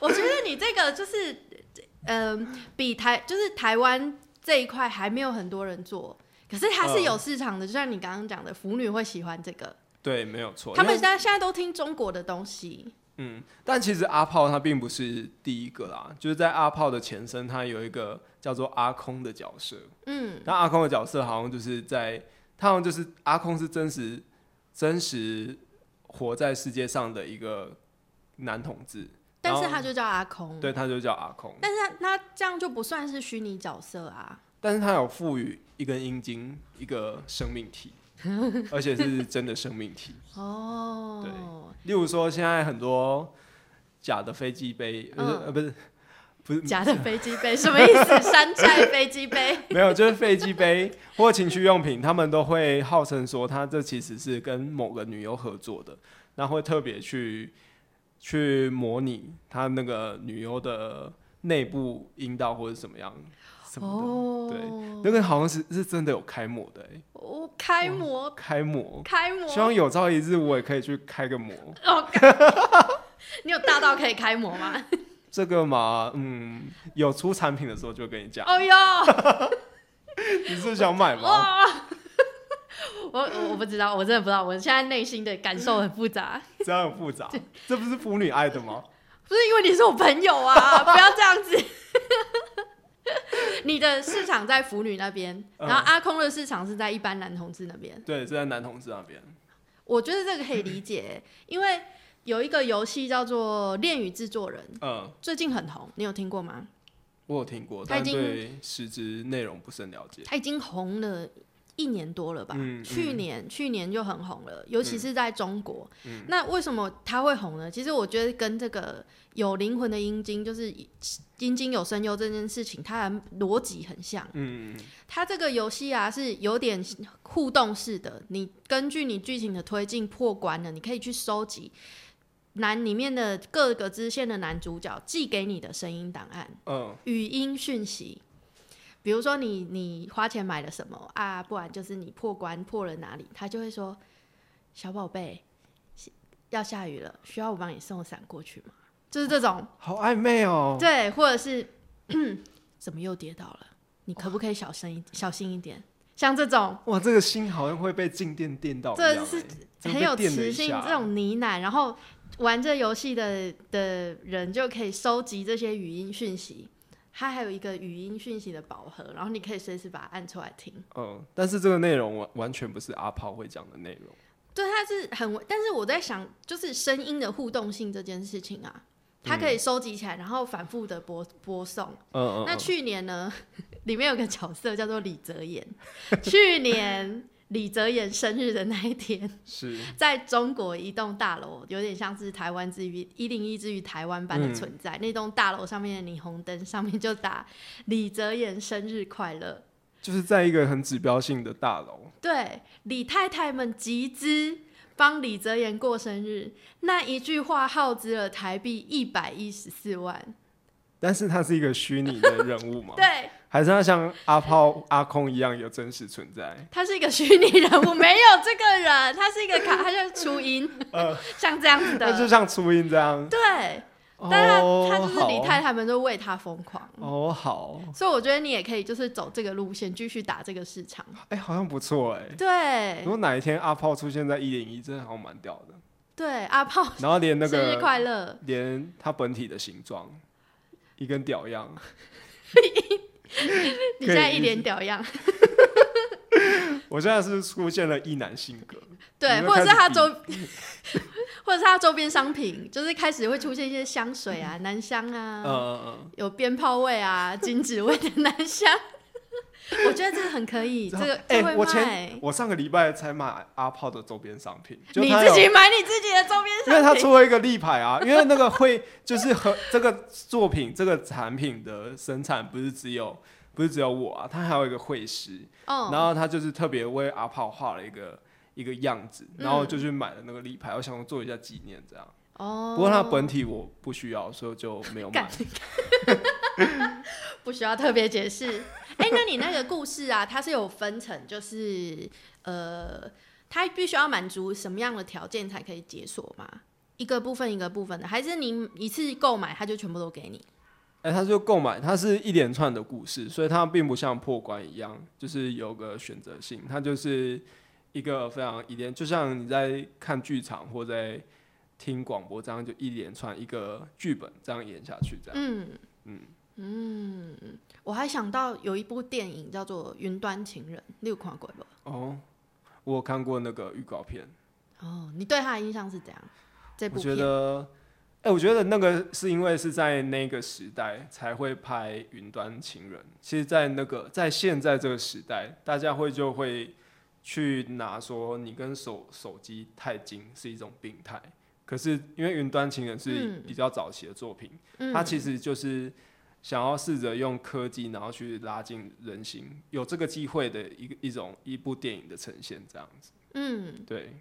S1: 我觉得你这个就是，嗯、比台就是台湾这一块还没有很多人做，可是它
S2: 嗯
S1: 是有市场的，就像你刚刚讲的，腐女会喜欢这个，
S2: 对，没有错。
S1: 他们
S2: 因
S1: 现
S2: 为
S1: 在现在都听中国的东西，
S2: 嗯，但其实阿炮他并不是第一个啦，就是在阿炮的前身，他有一个叫做阿空的角色。
S1: 嗯，
S2: 那阿空的角色好像就是在，他好像就是阿空是真实真实活在世界上的一个男同志，
S1: 但是
S2: 然后
S1: 他就叫阿空，
S2: 对，他就叫阿空，
S1: 但是他他这样就不算是虚拟角色啊，
S2: 但是他有赋予一根阴茎一个生命体，而且是真的生
S1: [laughs]
S2: 命体。
S1: 哦，
S2: 例如说，现在很多假的飞机杯，呃
S1: 嗯
S2: 呃，不是不是
S1: 假的飞机杯什么意思？山寨飞机杯，
S2: [laughs] 没有，就是飞机杯或情趣用品，他们都会号称说，他这其实是跟某个女优合作的，那会特别去去模拟他那个女优的内部阴道或者怎么样什么
S1: 哦，
S2: 的。对，那个好像是是真的有开模的、欸，
S1: 我哦开模
S2: 开模。
S1: 开模，
S2: 希望有朝一日我也可以去开个模。
S1: 哦，你有大到可以开模
S2: [laughs]
S1: 吗？
S2: 这个嘛，嗯，有出产品的时候就跟你讲。
S1: 哦哟，
S2: 你是想买吗？
S1: 哇！ [laughs] 我我我不知道，我真的不知道，我现在内心的感受很复杂，
S2: 这样很复杂，这不是腐女爱的吗？
S1: 不是因为你是我朋友啊，不要这样子。 [laughs] 你的市场在腐女那边，
S2: 嗯
S1: 然后阿空的市场是在一般男同志那边。
S2: 对，是在男同志那边。
S1: 我觉得这个可以理解，因为有一个游戏叫做《恋与制作人》，
S2: 嗯，
S1: 最近很红，你有听过吗？
S2: 我有听过，
S1: 他
S2: 但
S1: 已经
S2: 对实质内容不是很了解。
S1: 它已经红了一年多了吧？
S2: 嗯
S1: 去
S2: 嗯
S1: 年去年就很红了，尤其是在中国。
S2: 嗯
S1: 那为什么它会红呢？其实我觉得跟这个有灵魂的阴茎，就是阴茎有声优这件事情，它的逻辑很像。
S2: 嗯，
S1: 它这个游戏啊是有点互动式的，你根据你剧情的推进破关了，你可以去收集男里面的各个支线的男主角寄给你的声音档案。
S2: 嗯，
S1: 语音讯息，比如说你你花钱买了什么啊，不然就是你破关破了哪里，他就会说小宝贝要下雨了，需要我帮你送伞过去吗？就是这种
S2: 好暧昧哦。
S1: 对，或者是 [clears throat] 怎么又跌倒了，你可不可以小声一小心一点？像这种
S2: 哇，这个心好像会被静电电到一样欸，
S1: 这是
S2: 真的
S1: 很
S2: 被
S1: 有
S2: 电了
S1: 磁
S2: 一
S1: 性
S2: 下啊
S1: 这种呢喃，然后玩这游戏的的人就可以收集这些语音讯息，它还有一个语音讯息的饱和，然后你可以随时把它按出来听。
S2: 嗯，但是这个内容完完全不是阿炮会讲的内容。
S1: 对，它是很，但是我在想，就是声音的互动性这件事情啊，它可以收集起来，然后反复的播播送。
S2: 嗯嗯嗯
S1: 那
S2: 嗯，
S1: 去年呢， [laughs] 里面有个角色叫做李泽言，去年李泽言生日的那一天，
S2: 是
S1: 在中国一栋大楼，有点像是台湾之于一零一之于台湾般
S2: 嗯
S1: 的存在。那栋大楼上面的霓虹灯上面就打“李泽言生日快乐
S2: 就是在一个很指标性的大楼，”。
S1: 对，李太太们集资帮李泽言过生日，那一句话耗资了台币一百一十四万。
S2: 但是它是一个虚拟的人物嘛？
S1: 对，
S2: 还是它像阿炮、阿空一样有真实存在？
S1: 他是一个虚拟人物，没有这个人，他是一个卡，他就是初音，像这样子
S2: 呃那就
S1: 的。
S2: 像初音这样。
S1: 对，但他、
S2: 哦、
S1: 他就是李
S2: 好
S1: 太太们就为他疯狂。
S2: 哦，好，
S1: 所以我觉得你也可以就是走这个路线，继续打这个市场。
S2: 哎、好像不错哎、
S1: 对
S2: 如果哪一天阿炮出现在一零一，真的好像蛮屌
S1: [laughs]
S2: 的。
S1: 对，阿炮、
S2: 然后连那
S1: 生日
S2: 个，
S1: 快乐，
S2: 连他本体的形状，一根
S1: [laughs]
S2: 屌样，
S1: 你现在一脸屌样，
S2: 我现在是出现了异男性格。
S1: 对，
S2: 你会
S1: 或者是他
S2: 开始比
S1: 周，或者是他周边商品，就是开始会出现一些香水啊、男香啊，
S2: 嗯嗯嗯，
S1: [laughs] 有鞭炮味啊、金纸味的男香。 [laughs] 我觉得这个很可以，这个
S2: 哎、
S1: 这会
S2: 我
S1: 卖
S2: 前。我上个礼拜才买阿炮的周边商品，就
S1: 你
S2: 他
S1: 自
S2: 有
S1: 己买你自己的周边商
S2: 因
S1: 品，
S2: 为他出了一个立牌啊，因为那个会就是和这个作品、这个产品的生产不是只有不是只有我啊，他还有一个绘师，然
S1: 嗯，
S2: 后他就是特别为阿炮画了一个一个样子，
S1: 嗯
S2: 然后就去买了那个立牌，我想说做一下纪念这样。
S1: 哦，
S2: 不过它本体我不需要，所以我就没有买
S1: 干。不需要特别解释。 [laughs] 哎、那你那个故事啊，它是有分层，就是呃，它必须要满足什么样的条件才可以解锁吗？一个部分一个部分的，还是你一次购买它就全部都给你？
S2: 哎、他就购买，它是一连串的故事，所以它并不像破关一样，就是有个选择性，它就是一个非常一连，就像你在看剧场或在听广播这样，就一连串一个剧本这样演下去，这样。
S1: 嗯嗯嗯，我还想到有一部电影叫做《云端情人》，你有看过吧？
S2: 哦，我有看过那个预告片，
S1: 哦，你对他的印象是怎样？这
S2: 我
S1: 部
S2: 觉
S1: 片
S2: 得，哎、我觉得那个是因为是在那个时代才会拍《云端情人》，其实，在那个在现在这个时代，大家会就会去拿说你跟手手机太近是一种病态。可是因为《云端情人》是
S1: 嗯
S2: 比较早期的作品，
S1: 嗯
S2: 它其实就是想要试着用科技，然后去拉近人心，有这个机会的一个一种一部电影的呈现，这样子。
S1: 嗯，
S2: 对，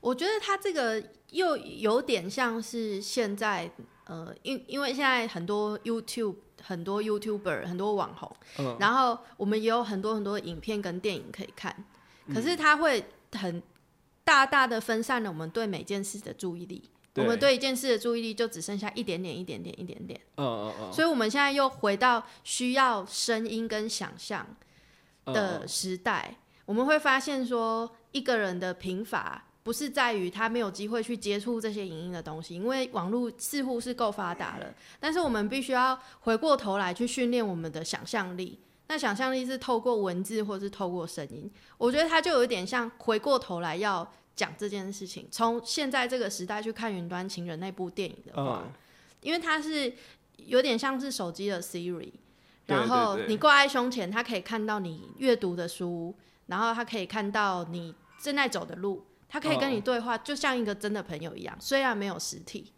S1: 我觉得他这个又有点像是现在，呃，因因为现在很多 YouTube、很多 YouTuber、很多网红，
S2: 嗯，
S1: 然后我们也有很多很多影片跟电影可以看，可是它会很大大的分散了我们对每件事的注意力。我们对一件事的注意力就只剩下一点点、一点点、一点点，
S2: 嗯嗯嗯
S1: 所以我们现在又回到需要声音跟想象，
S2: 嗯，
S1: 的时代，我们会发现说，一个人的贫乏不是在于他没有机会去接触这些影音的东西，因为网络似乎是够发达
S2: 嗯
S1: 了，但是我们必须要回过头来去训练我们的想象力。那想象力是透过文字或是透过声音，我觉得它就有一点像回过头来要讲这件事情。从现在这个时代去看《云端情人》那部电影的话，
S2: 嗯
S1: 因为它是有点像是手机的 Siri，
S2: 对
S1: 然后
S2: 对对
S1: 你挂在胸前，它可以看到你阅读的书，然后它可以看到你正在走的路，它可以
S2: 哦
S1: 跟你对话，就像一个真的朋友一样，虽然没有实体。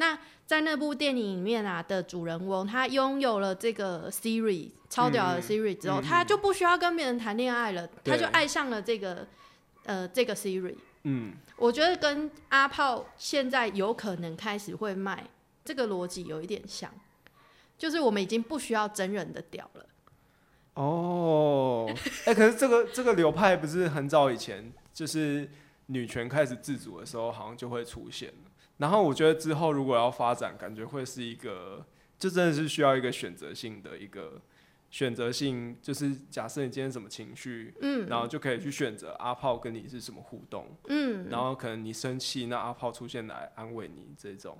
S1: 那在那部电影里面啊的主人翁，他拥有了这个 Siri 超屌的 Siri 之后，
S2: 嗯
S1: 他就不需要跟别人谈恋爱了，他
S2: 对
S1: 就爱上了这个呃这个 Siri。
S2: 嗯，
S1: 我觉得跟阿炮现在有可能开始会卖这个逻辑有一点像，就是我们已经不需要真人的屌了。
S2: 哦，哎、可是这个这个流派不是很早以前，就是女权开始自主的时候，好像就会出现了然后我觉得之后如果要发展，感觉会是一个，就真的是需要一个选择性的一个选择性，就是假设你今天什么情绪，
S1: 嗯
S2: 然后就可以去选择阿炮跟你是什么互动，
S1: 嗯，
S2: 然后可能你生气，那阿炮出现来安慰你这种，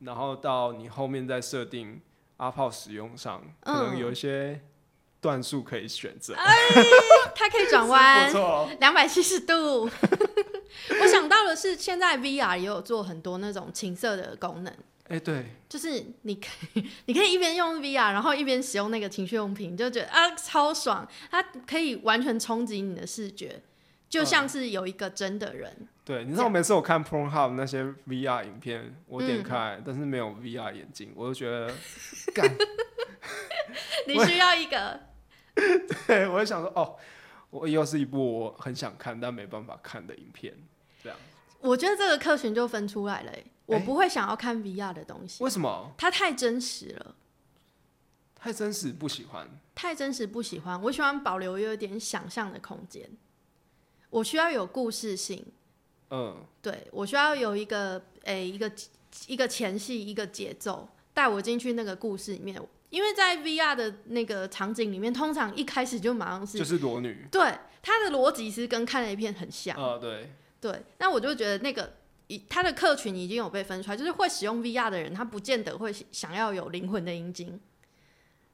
S2: 然后到你后面再设定阿炮使用上，可
S1: 嗯
S2: 能有一些段数可以选择，
S1: 它可以转
S2: 不
S1: 弯
S2: 错哦。
S1: 两百七十度。 [laughs] 我想到的是，现在 VR 也有做很多那种情色的功能，
S2: 哎、对，
S1: 就是你可以 [laughs] 你可以一边用 VR，然后一边使用那个情趣用品，你就觉得啊超爽，它可以完全冲击你的视觉，就像是有一个真的人。
S2: 对，你知道每次我看 Pornhub 那些 VR 影片，我点开、
S1: 嗯
S2: 但是没有 VR 眼镜，我就觉得，
S1: [laughs] 你需要一个
S2: 对，我就想说，哦，我又是一部我很想看但没办法看的影片，这样，
S1: 我觉得这个客群就分出来了欸、我
S2: 哎
S1: 不会想要看 VR 的东西，
S2: 为什么
S1: 它太真实了，
S2: 太真实不喜欢？
S1: 太真实不喜欢。我喜欢保留有一点想象的空间，我需要有故事性，
S2: 嗯，
S1: 对我需要有一个诶、一个一个前戏，一个节奏带我进去那个故事里面。因为在 VR 的那个场景里面，通常一开始就马上是，
S2: 就是裸女，
S1: 对它的逻辑是跟看了一片很像。
S2: 啊、对，
S1: 对，那我就觉得那个已他的客群已经有被分出来，就是会使用 VR 的人，他不见得会想要有灵魂的阴茎，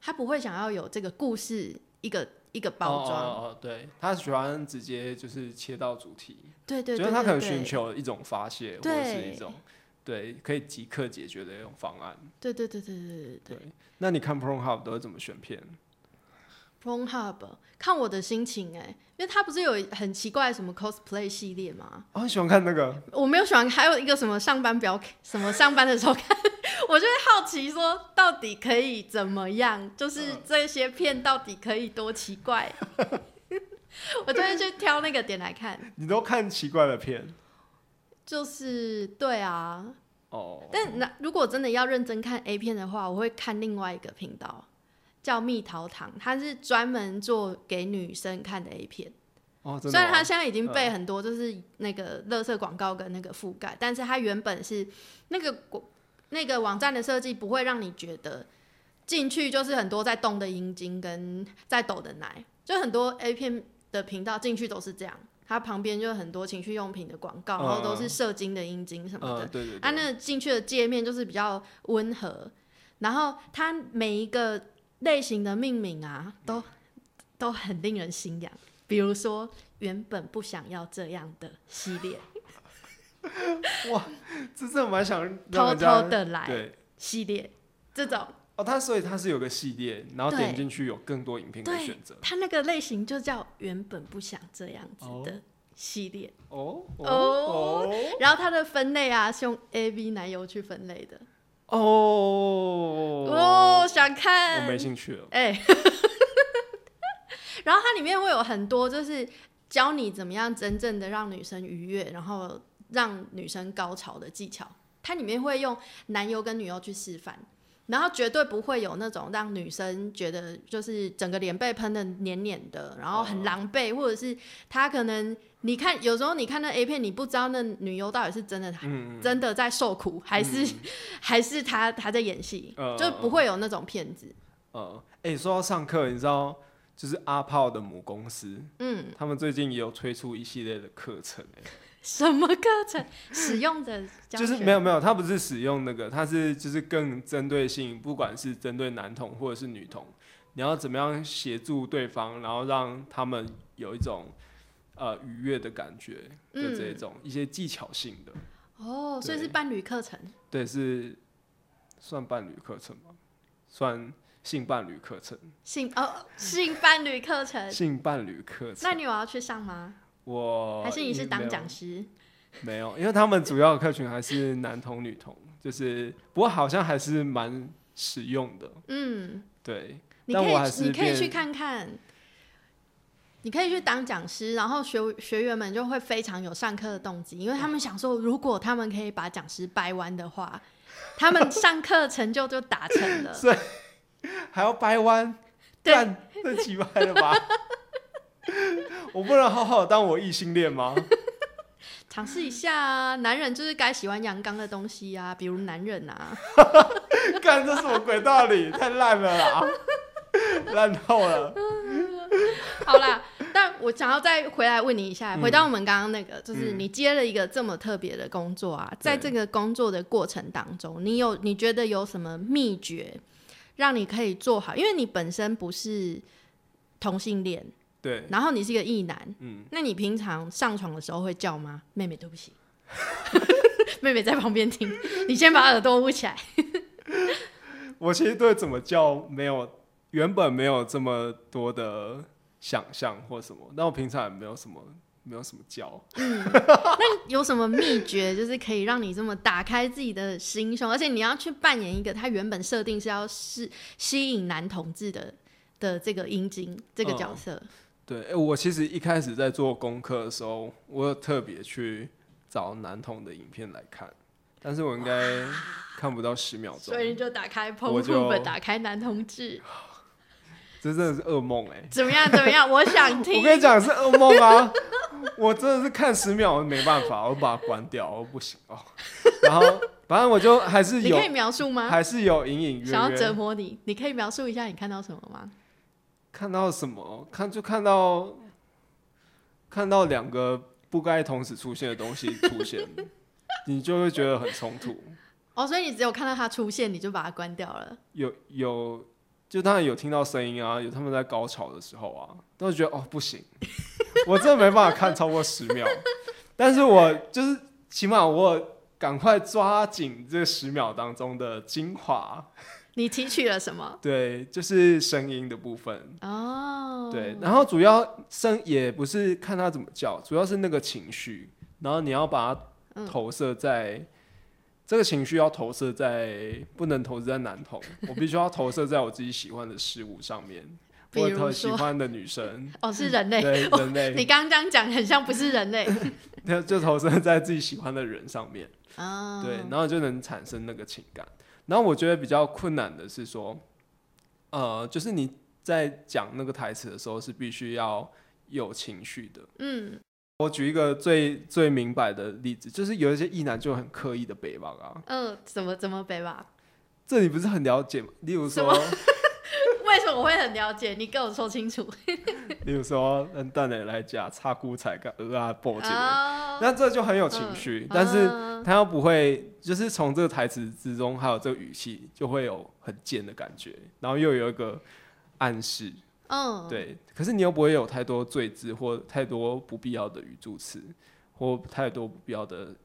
S1: 他不会想要有这个故事一个一个包装。
S2: 哦哦哦，对，他喜欢直接就是切到主题，
S1: 对对
S2: 就
S1: 对
S2: 是他可能
S1: 对
S2: 寻
S1: 对，
S2: 求一种发泄，或者是一种对可以即刻解决的一种方案。
S1: 对对对对对对对。
S2: 那你看 Pornhub 都会怎么选片？
S1: Pornhub 看我的心情哎、因为他不是有很奇怪的什么 cosplay 系列吗？
S2: 哦，你喜欢看那个？
S1: 我没有喜欢，还有一个什么上班不要什么上班的时候看， [laughs] 我就会好奇说到底可以怎么样，就是这些片到底可以多奇怪， [laughs] 我就会去挑那个点来看。
S2: 你都看奇怪的片
S1: 就是对啊，
S2: 哦？
S1: 但那如果真的要认真看 A 片的话，我会看另外一个频道叫蜜桃堂，它是专门做给女生看的 A 片。
S2: 哦，嗯真
S1: 虽
S2: 的
S1: 然它
S2: 吗？
S1: 现在已经被很多就是那个垃圾广告跟那个覆盖，但是它原本是那个广那个网站的设计不会让你觉得进去就是很多在动的阴茎跟在抖的奶，就很多 A 片的频道进去都是这样，它旁边就有很多情趣用品的广告，
S2: 嗯
S1: 然后都是射精的阴茎什么的
S2: 嗯，，对对
S1: 它、
S2: 对，
S1: 啊那进去的界面就是比较温和，然后它每一个类型的命名啊，都都很令人心痒。比如说，原本不想要这样的系列，
S2: 这真的蛮想 [laughs] 让
S1: 偷
S2: 人家
S1: 偷的来
S2: 对
S1: 系列，这种
S2: 哦，它所以它是有个系列，然后
S1: 对
S2: 点进去有更多影片可以选择
S1: 它那个类型就叫原本不想这样子的系列。
S2: 哦
S1: 哦
S2: 哦
S1: 然后它的分类啊，是用 A B 男优去分类的。
S2: 哦
S1: 哦，想看？
S2: 我没兴趣了。
S1: 哎、 [laughs] 然后它里面会有很多，就是教你怎么样真正的让女生愉悦，然后让女生高潮的技巧。它里面会用男优跟女优去示范，然后绝对不会有那种让女生觉得就是整个脸被喷的黏黏的，然后很狼狈，或者是她可能你看有时候你看那 A 片，你不知道那女优到底是真的她
S2: 嗯，
S1: 真的在受苦，还是、还是她她在演戏，
S2: 嗯
S1: 就不会有那种骗子。
S2: 呃，哎、说到上课，你知道，就是阿炮的母公司，
S1: 嗯，
S2: 他们最近也有推出一系列的课程、欸，
S1: 什么课程？使用的教
S2: 就是
S1: 学
S2: 没有没有，他不是使用那个，他是就是更针对性，不管是针对男童或者是女童，你要怎么样协助对方，然后让他们有一种呃愉悦的感觉
S1: 嗯
S2: 的这一种、一些技巧性的，
S1: 哦，所以
S2: 对
S1: 是伴侣课程。
S2: 对，是算伴侣课程吗？算性伴侣课程，
S1: 性哦，性伴侣课程。
S2: 性伴侣课程
S1: 呃那，你有要去上吗？
S2: 我
S1: 还是你是
S2: 没
S1: 当
S2: 有
S1: 讲师？
S2: 没有，因为他们主要的客群还是男童、女童，就是不过好像还是蛮实用的，
S1: 嗯，
S2: 对。
S1: 你
S2: 但
S1: 可
S2: 我还是
S1: 以，你可以
S2: 变
S1: 去看看。你可以去当讲师，然后学学员们就会非常有上课的动机，因为他们想说，如果他们可以把讲师掰弯的
S2: [laughs]
S1: 话，他们上课成就就达成了。
S2: 还要掰弯，
S1: 对
S2: 干，这奇怪了吧？我不能好好当我异性恋吗？
S1: 尝试一下啊，男人就是该喜欢阳刚的东西啊，比如男人啊。
S2: 干，这什么鬼道理？太烂了啦，烂透了。
S1: 好啦，但我想要再回来问你一下，回到我们刚刚那个，就是你接了一个这么特别的工作啊，在这个工作的过程当中，你有你觉得有什么秘诀，让你可以做好，因为你本身不是同性恋，
S2: 对，
S1: 然后你是一个异男，
S2: 嗯，
S1: 那你平常上床的时候会叫吗？妹妹，对不起，妹妹在旁边听，你先把耳朵捂起来。
S2: 我其实对怎么叫没有原本没有这么多的想象或什么，但我平常也没有什么没有什么叫，
S1: 有什么秘诀，就是可以让你这么打开自己的心胸，而且你要去扮演一个他原本设定是要是吸引男同志的的这个阴茎这
S2: 嗯
S1: 个角色。
S2: 对，欸我其实一开始在做功课的时候，我有特别去找男童的影片来看，但是我
S1: [laughs]
S2: 应该看不到十秒钟
S1: 所，以你就打开 p o
S2: 我
S1: p
S2: 就
S1: o 打开男同 [laughs] 志，
S2: 这真的是噩梦哎、
S1: 怎么样？怎么样？我想 [laughs]
S2: 我
S1: 听。
S2: 跟你讲是噩梦啊！ [laughs] 我真的是看十秒我没办法，我把它关掉，我不行哦。然后反正我就还是
S1: [laughs] 你
S2: 有
S1: 可以，描述吗？
S2: 还是有隐隐约
S1: 想要折
S2: 约
S1: 磨你，你可以描述一下你看到什么吗？
S2: 看到什么，看就看到看到两个不该同时出现的东西出
S1: [laughs]
S2: 现，你就会觉得很冲突。
S1: 哦，所以你只有看到他出现，你就把它关掉了。
S2: 有有，就当然有听到声音啊，有他们在高潮的时候啊，但我觉得哦不行，我真的没办法看超过十秒。但是我就是起码我赶快抓紧这十秒当中的精华，
S1: 你提取了什么？
S2: 对，就是声音的部分。
S1: 哦，
S2: 对，然后主要声也不是看他怎么叫，主要是那个情绪，然后你要把它投射在、这个情绪要投射在不能投射在
S1: [laughs]
S2: 男童，我必须要投射在我自己喜欢的事物上面，
S1: 比
S2: 或
S1: 如
S2: 者我喜
S1: 说
S2: 欢的女
S1: [laughs]
S2: 生，
S1: 哦，是人类。
S2: 对人
S1: 你
S2: 类，
S1: 刚刚这样讲，很像不是人类。
S2: 就就投射在自己喜欢的人上面，
S1: 啊，
S2: 对，然后就能产生那个情感。然后我觉得比较困难的是说，呃，就是你在讲那个台词的时候是必须要有情绪的。
S1: 嗯，
S2: 我举一个最最明白的例子，就是有一些异男就很刻意的北望啊，
S1: 嗯，怎么怎么北吧？ [laughs]
S2: 这你不是很了解吗？例如
S1: 什
S2: 说，
S1: 为什么我会很了解？你跟我说清楚。
S2: 例如说，嗯，蛋奶来讲，插菇彩跟鹅啊报警，
S1: 啊，嗯
S2: 那这就很有情绪，但是
S1: 是
S2: 他又不会，就是从这个台词之中，还有这个语气，就会有很贱的感觉，然后又有一个暗示，
S1: 嗯，
S2: 对，可是你又不会有太多罪字或太多不必要的语助词，或太多不必要的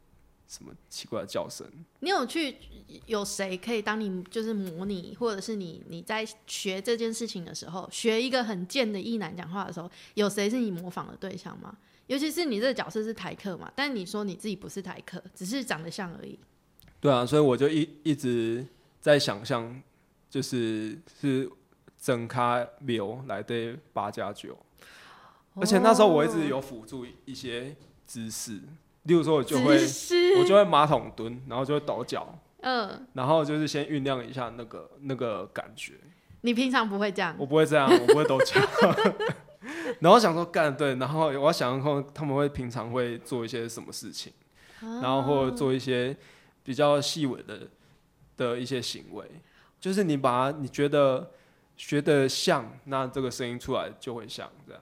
S2: 什么奇怪的叫声。
S1: 你有去有谁可以当你就是模拟，或者是你你在学这件事情的时候，学一个很贱的异男讲话的时候，有谁是你模仿的对象吗？尤其是你这个角色是台客嘛，但你说你自己不是台客，只是长得像而已。
S2: 对啊，所以我就一一直在想象，就是是整咖流来对八加九，而且那时候我一
S1: 哦
S2: 直有辅助一些姿势，例如说我就会
S1: 只是
S2: 我就会马桶蹲，然后就会抖脚，
S1: 嗯，
S2: 然后就是先酝酿一下那个那个感觉，
S1: 你平常不会这样
S2: 我不会这样，我不会抖
S1: [laughs]
S2: 脚。然后想说干对，然后我要想想看他们会平常会做一些什么事情。然后或者做一些比较细微的的一些行为，就是你把它你觉得学的像，那这个声音出来就会像这样。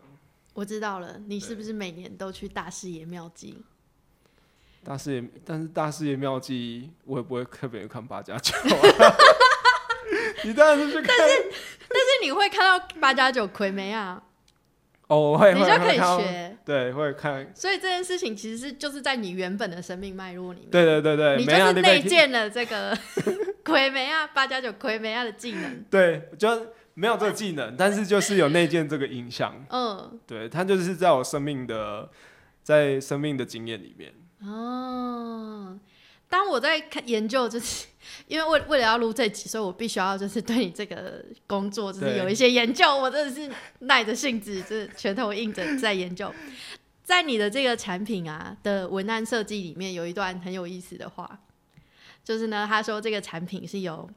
S1: 我知道了，你是不是每年都去大视野妙计？
S2: 大师爷，但是大师爷妙计，我也不会特别看八加九、
S1: [laughs]
S2: 你当然是去看，
S1: 但是你会看到八加九魁梅啊，
S2: 哦，我会
S1: 你
S2: 会
S1: 就可
S2: 会
S1: 以
S2: 看到，
S1: 学。
S2: 对，会看，
S1: 所以这件事情其实是就是在你原本的生命脉络里面，
S2: 对对对对，啊
S1: 你就
S2: 梅亚
S1: 是
S2: 利
S1: 内
S2: 贝蒂
S1: 建了这个 [laughs] 魁梅亚八加九魁梅亚的技能。
S2: 对，就没有这个技能，但是就是有内建这个影响。
S1: 嗯，
S2: 对，它就是在我生命的，在生命的经验里面。
S1: 哦，当我在看研究，就是因为为为了要录这集，所以我必须要就是对你这个工作就是
S2: 对
S1: 有一些研究，我真的是耐着性子，就是拳头硬着在研究。在你的这个产品啊的文案设计里面，有一段很有意思的话，就是呢，他说这个产品是由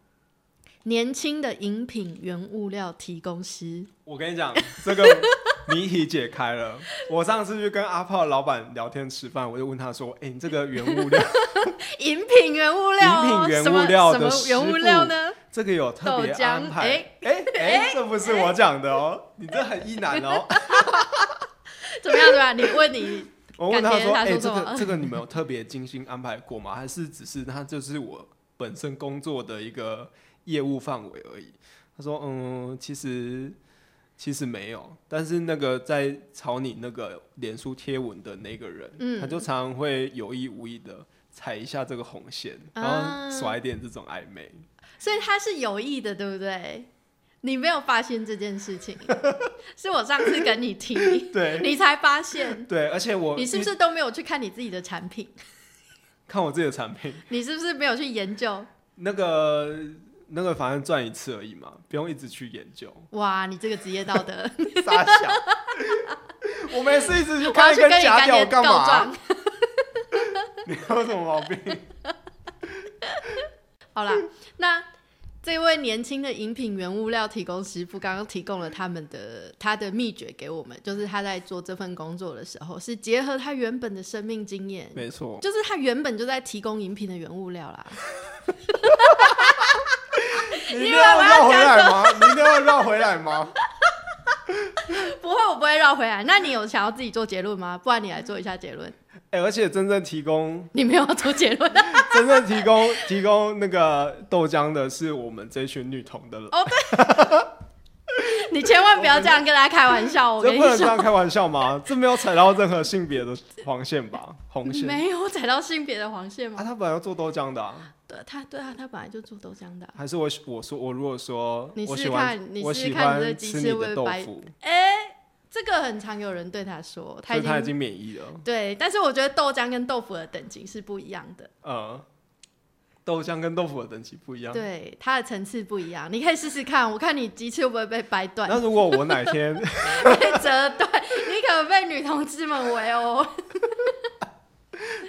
S1: 年轻的饮品原物料提供师
S2: 我跟你讲，这个谜题解开了。我上次去跟阿炮老板聊天吃饭，我就问他说：“哎、你这个原物料， [laughs]
S1: 饮品原物料、哦，
S2: 饮品原
S1: 什么
S2: 物料
S1: 什
S2: 的
S1: 么原
S2: 师
S1: 物
S2: 傅
S1: 料呢？
S2: 这个有特别
S1: 豆浆
S2: 安排。
S1: 哎
S2: 哎哎，这不是我讲的哦，你这很意难
S1: [laughs]
S2: 哦。
S1: 怎么样？对吧？你问你
S2: 我问他说：“
S1: 感
S2: 哎、
S1: 觉他说什
S2: 这
S1: 么
S2: 个这个你们有特别精心安排过吗？还是只是他就是我本身工作的一个业务范围而已？”他说嗯，其实其实没有，但是那个在吵你那个脸书贴文的那个人，
S1: 嗯
S2: 他就常常会有意无意的踩一下这个红线，然
S1: 啊
S2: 后耍一点这种暧昧。
S1: 所以他是有意的，对不对？你没有发现这件事 [laughs] 情，是我上次跟你提， [laughs]
S2: 对
S1: 你才发现。
S2: 对，而且我
S1: 你是不是都没有去看你自己的产品？
S2: 看我自己的产品，
S1: 你是不是没有去研究？
S2: 那个那个反正赚一次而已嘛，不用一直去研究。
S1: 哇， [laughs] 你这个职业道德，
S2: [laughs] 傻笑。我们也是一直
S1: 我
S2: 去
S1: 要
S2: 看
S1: 去
S2: 根
S1: 跟你
S2: 假
S1: 干
S2: 屌
S1: 爹
S2: 干
S1: 告
S2: 嘛啊、
S1: 状。
S2: [laughs] 你有什么毛病？
S1: 好啦， [laughs] 那这位年轻的饮品原物料提供师傅刚刚提供了他们的他的秘诀给我们，就是他在做这份工作的时候，是结合他原本的生命经验，
S2: [laughs] 没错，
S1: 就是他原本就在提供饮品的原物料啦。
S2: 你一定要绕回来吗？你一定要绕回来吗？
S1: 不会，我不会绕回来。那你有想要自己做结论吗？不然你来做一下结论。
S2: [laughs] 哎、而且真正提供、
S1: 你没有要做结论 [laughs]
S2: 真正提供、提供那个豆浆的是我们这群女童的人，
S1: 哦你千万不要这样跟大家开玩笑。我跟
S2: 这
S1: 你
S2: 不能这
S1: 说，
S2: 样开玩笑吗？这没有踩到任何性别的黄线吧？红线
S1: 没有踩到性别的黄线
S2: 啊，
S1: 吗？
S2: 他本来要做豆浆的、啊，
S1: 对，他对啊，他本来就做豆浆的啊、
S2: 还是我喜我说我如果说
S1: 你
S2: 我
S1: 试
S2: 喜
S1: 试
S2: 欢
S1: 看你
S2: 我
S1: 试试
S2: 喜
S1: 看你
S2: 欢
S1: 这鸡
S2: 吃
S1: 翅
S2: 你
S1: 会
S2: 的
S1: 不
S2: 豆
S1: 会白
S2: 腐，
S1: 这个很常有人对他说，他
S2: 所
S1: 已
S2: 以
S1: 经
S2: 他已经免疫了。
S1: 对，但是我觉得豆浆跟豆腐的等级是不一样的，
S2: 呃，豆浆跟豆腐的等级不一样。
S1: 对，它的层次不一样。你可以试试看，我看你鸡翅会不会被掰断、
S2: [laughs] 那如果我哪
S1: [laughs]
S2: 天， [laughs]
S1: 被折断，你可能被女同志们围殴。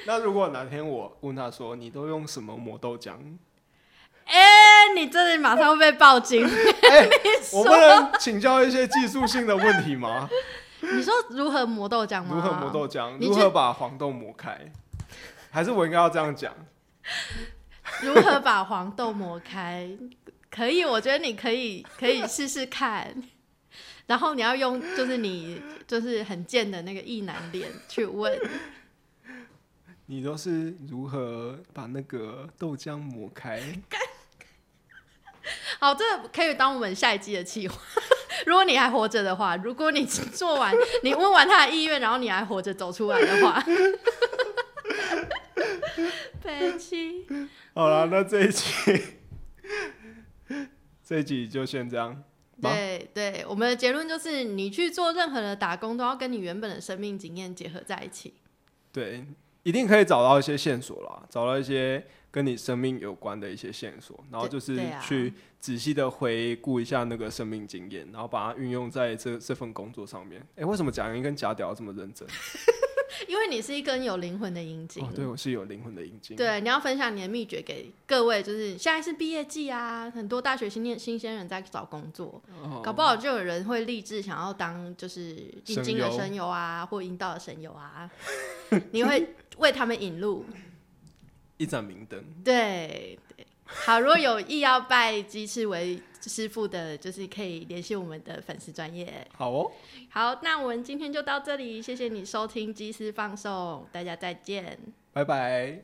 S2: 那如果哪天我问他说，你都用什么磨豆浆？
S1: 哎、你这里马上会被报警。 [laughs]
S2: 我不能请教一些技术性的问题吗？
S1: 你说如何磨豆浆吗？
S2: 如何磨豆
S1: [laughs]
S2: 浆？
S1: 你
S2: 如
S1: 就
S2: 何把黄豆磨开？还是我应该要这样讲？
S1: 如何把黄豆磨开？可以，我觉得你可以可以试试看。然后你要用，就是你就是很贱的那个意男脸去问，
S2: 你都是如何把那个豆浆磨
S1: [laughs]
S2: 开？
S1: 好，这个可以当我们下一季的计划。 [laughs] 如果你还活着的话，如果你做完，你问完他的意愿，然后你还活着走出来的话， [laughs] 北七，
S2: 好了，那这一集， [laughs] 这一集就先这样。吧
S1: 对对，我们的结论就是，你去做任何的打工，都要跟你原本的生命经验结合在一
S2: [laughs]
S1: 起。
S2: 对，一定可以找到一些线索啦，找到一些跟你生命有关的一些线索，然后
S1: 对
S2: 就是
S1: 对啊
S2: 去仔细的回顾一下那个生命经验，然后把它运用在这这份工作上面。哎、为什么贾云跟贾屌这么认真？
S1: 因为你是一根有灵魂的阴茎、
S2: 哦，对，我是有灵魂的阴茎。，
S1: 对你要分享你的秘诀给各位，就是现在是毕业季啊，很多大学新鲜新鲜人在找工作，
S2: 哦、
S1: 搞不好就有人会立志想要当就是阴茎的
S2: 声优
S1: 声优啊，或阴道的声优
S2: [laughs]
S1: 啊，你会为他们引路。
S2: 一盏明灯。
S1: 对，对好，如果有意要拜鸡翅为师傅的，就是可以联系我们的粉丝专业。
S2: 好哦，
S1: 好，那我们今天就到这里，谢谢你收听《鸡丝放送》，大家再见。
S2: 拜拜。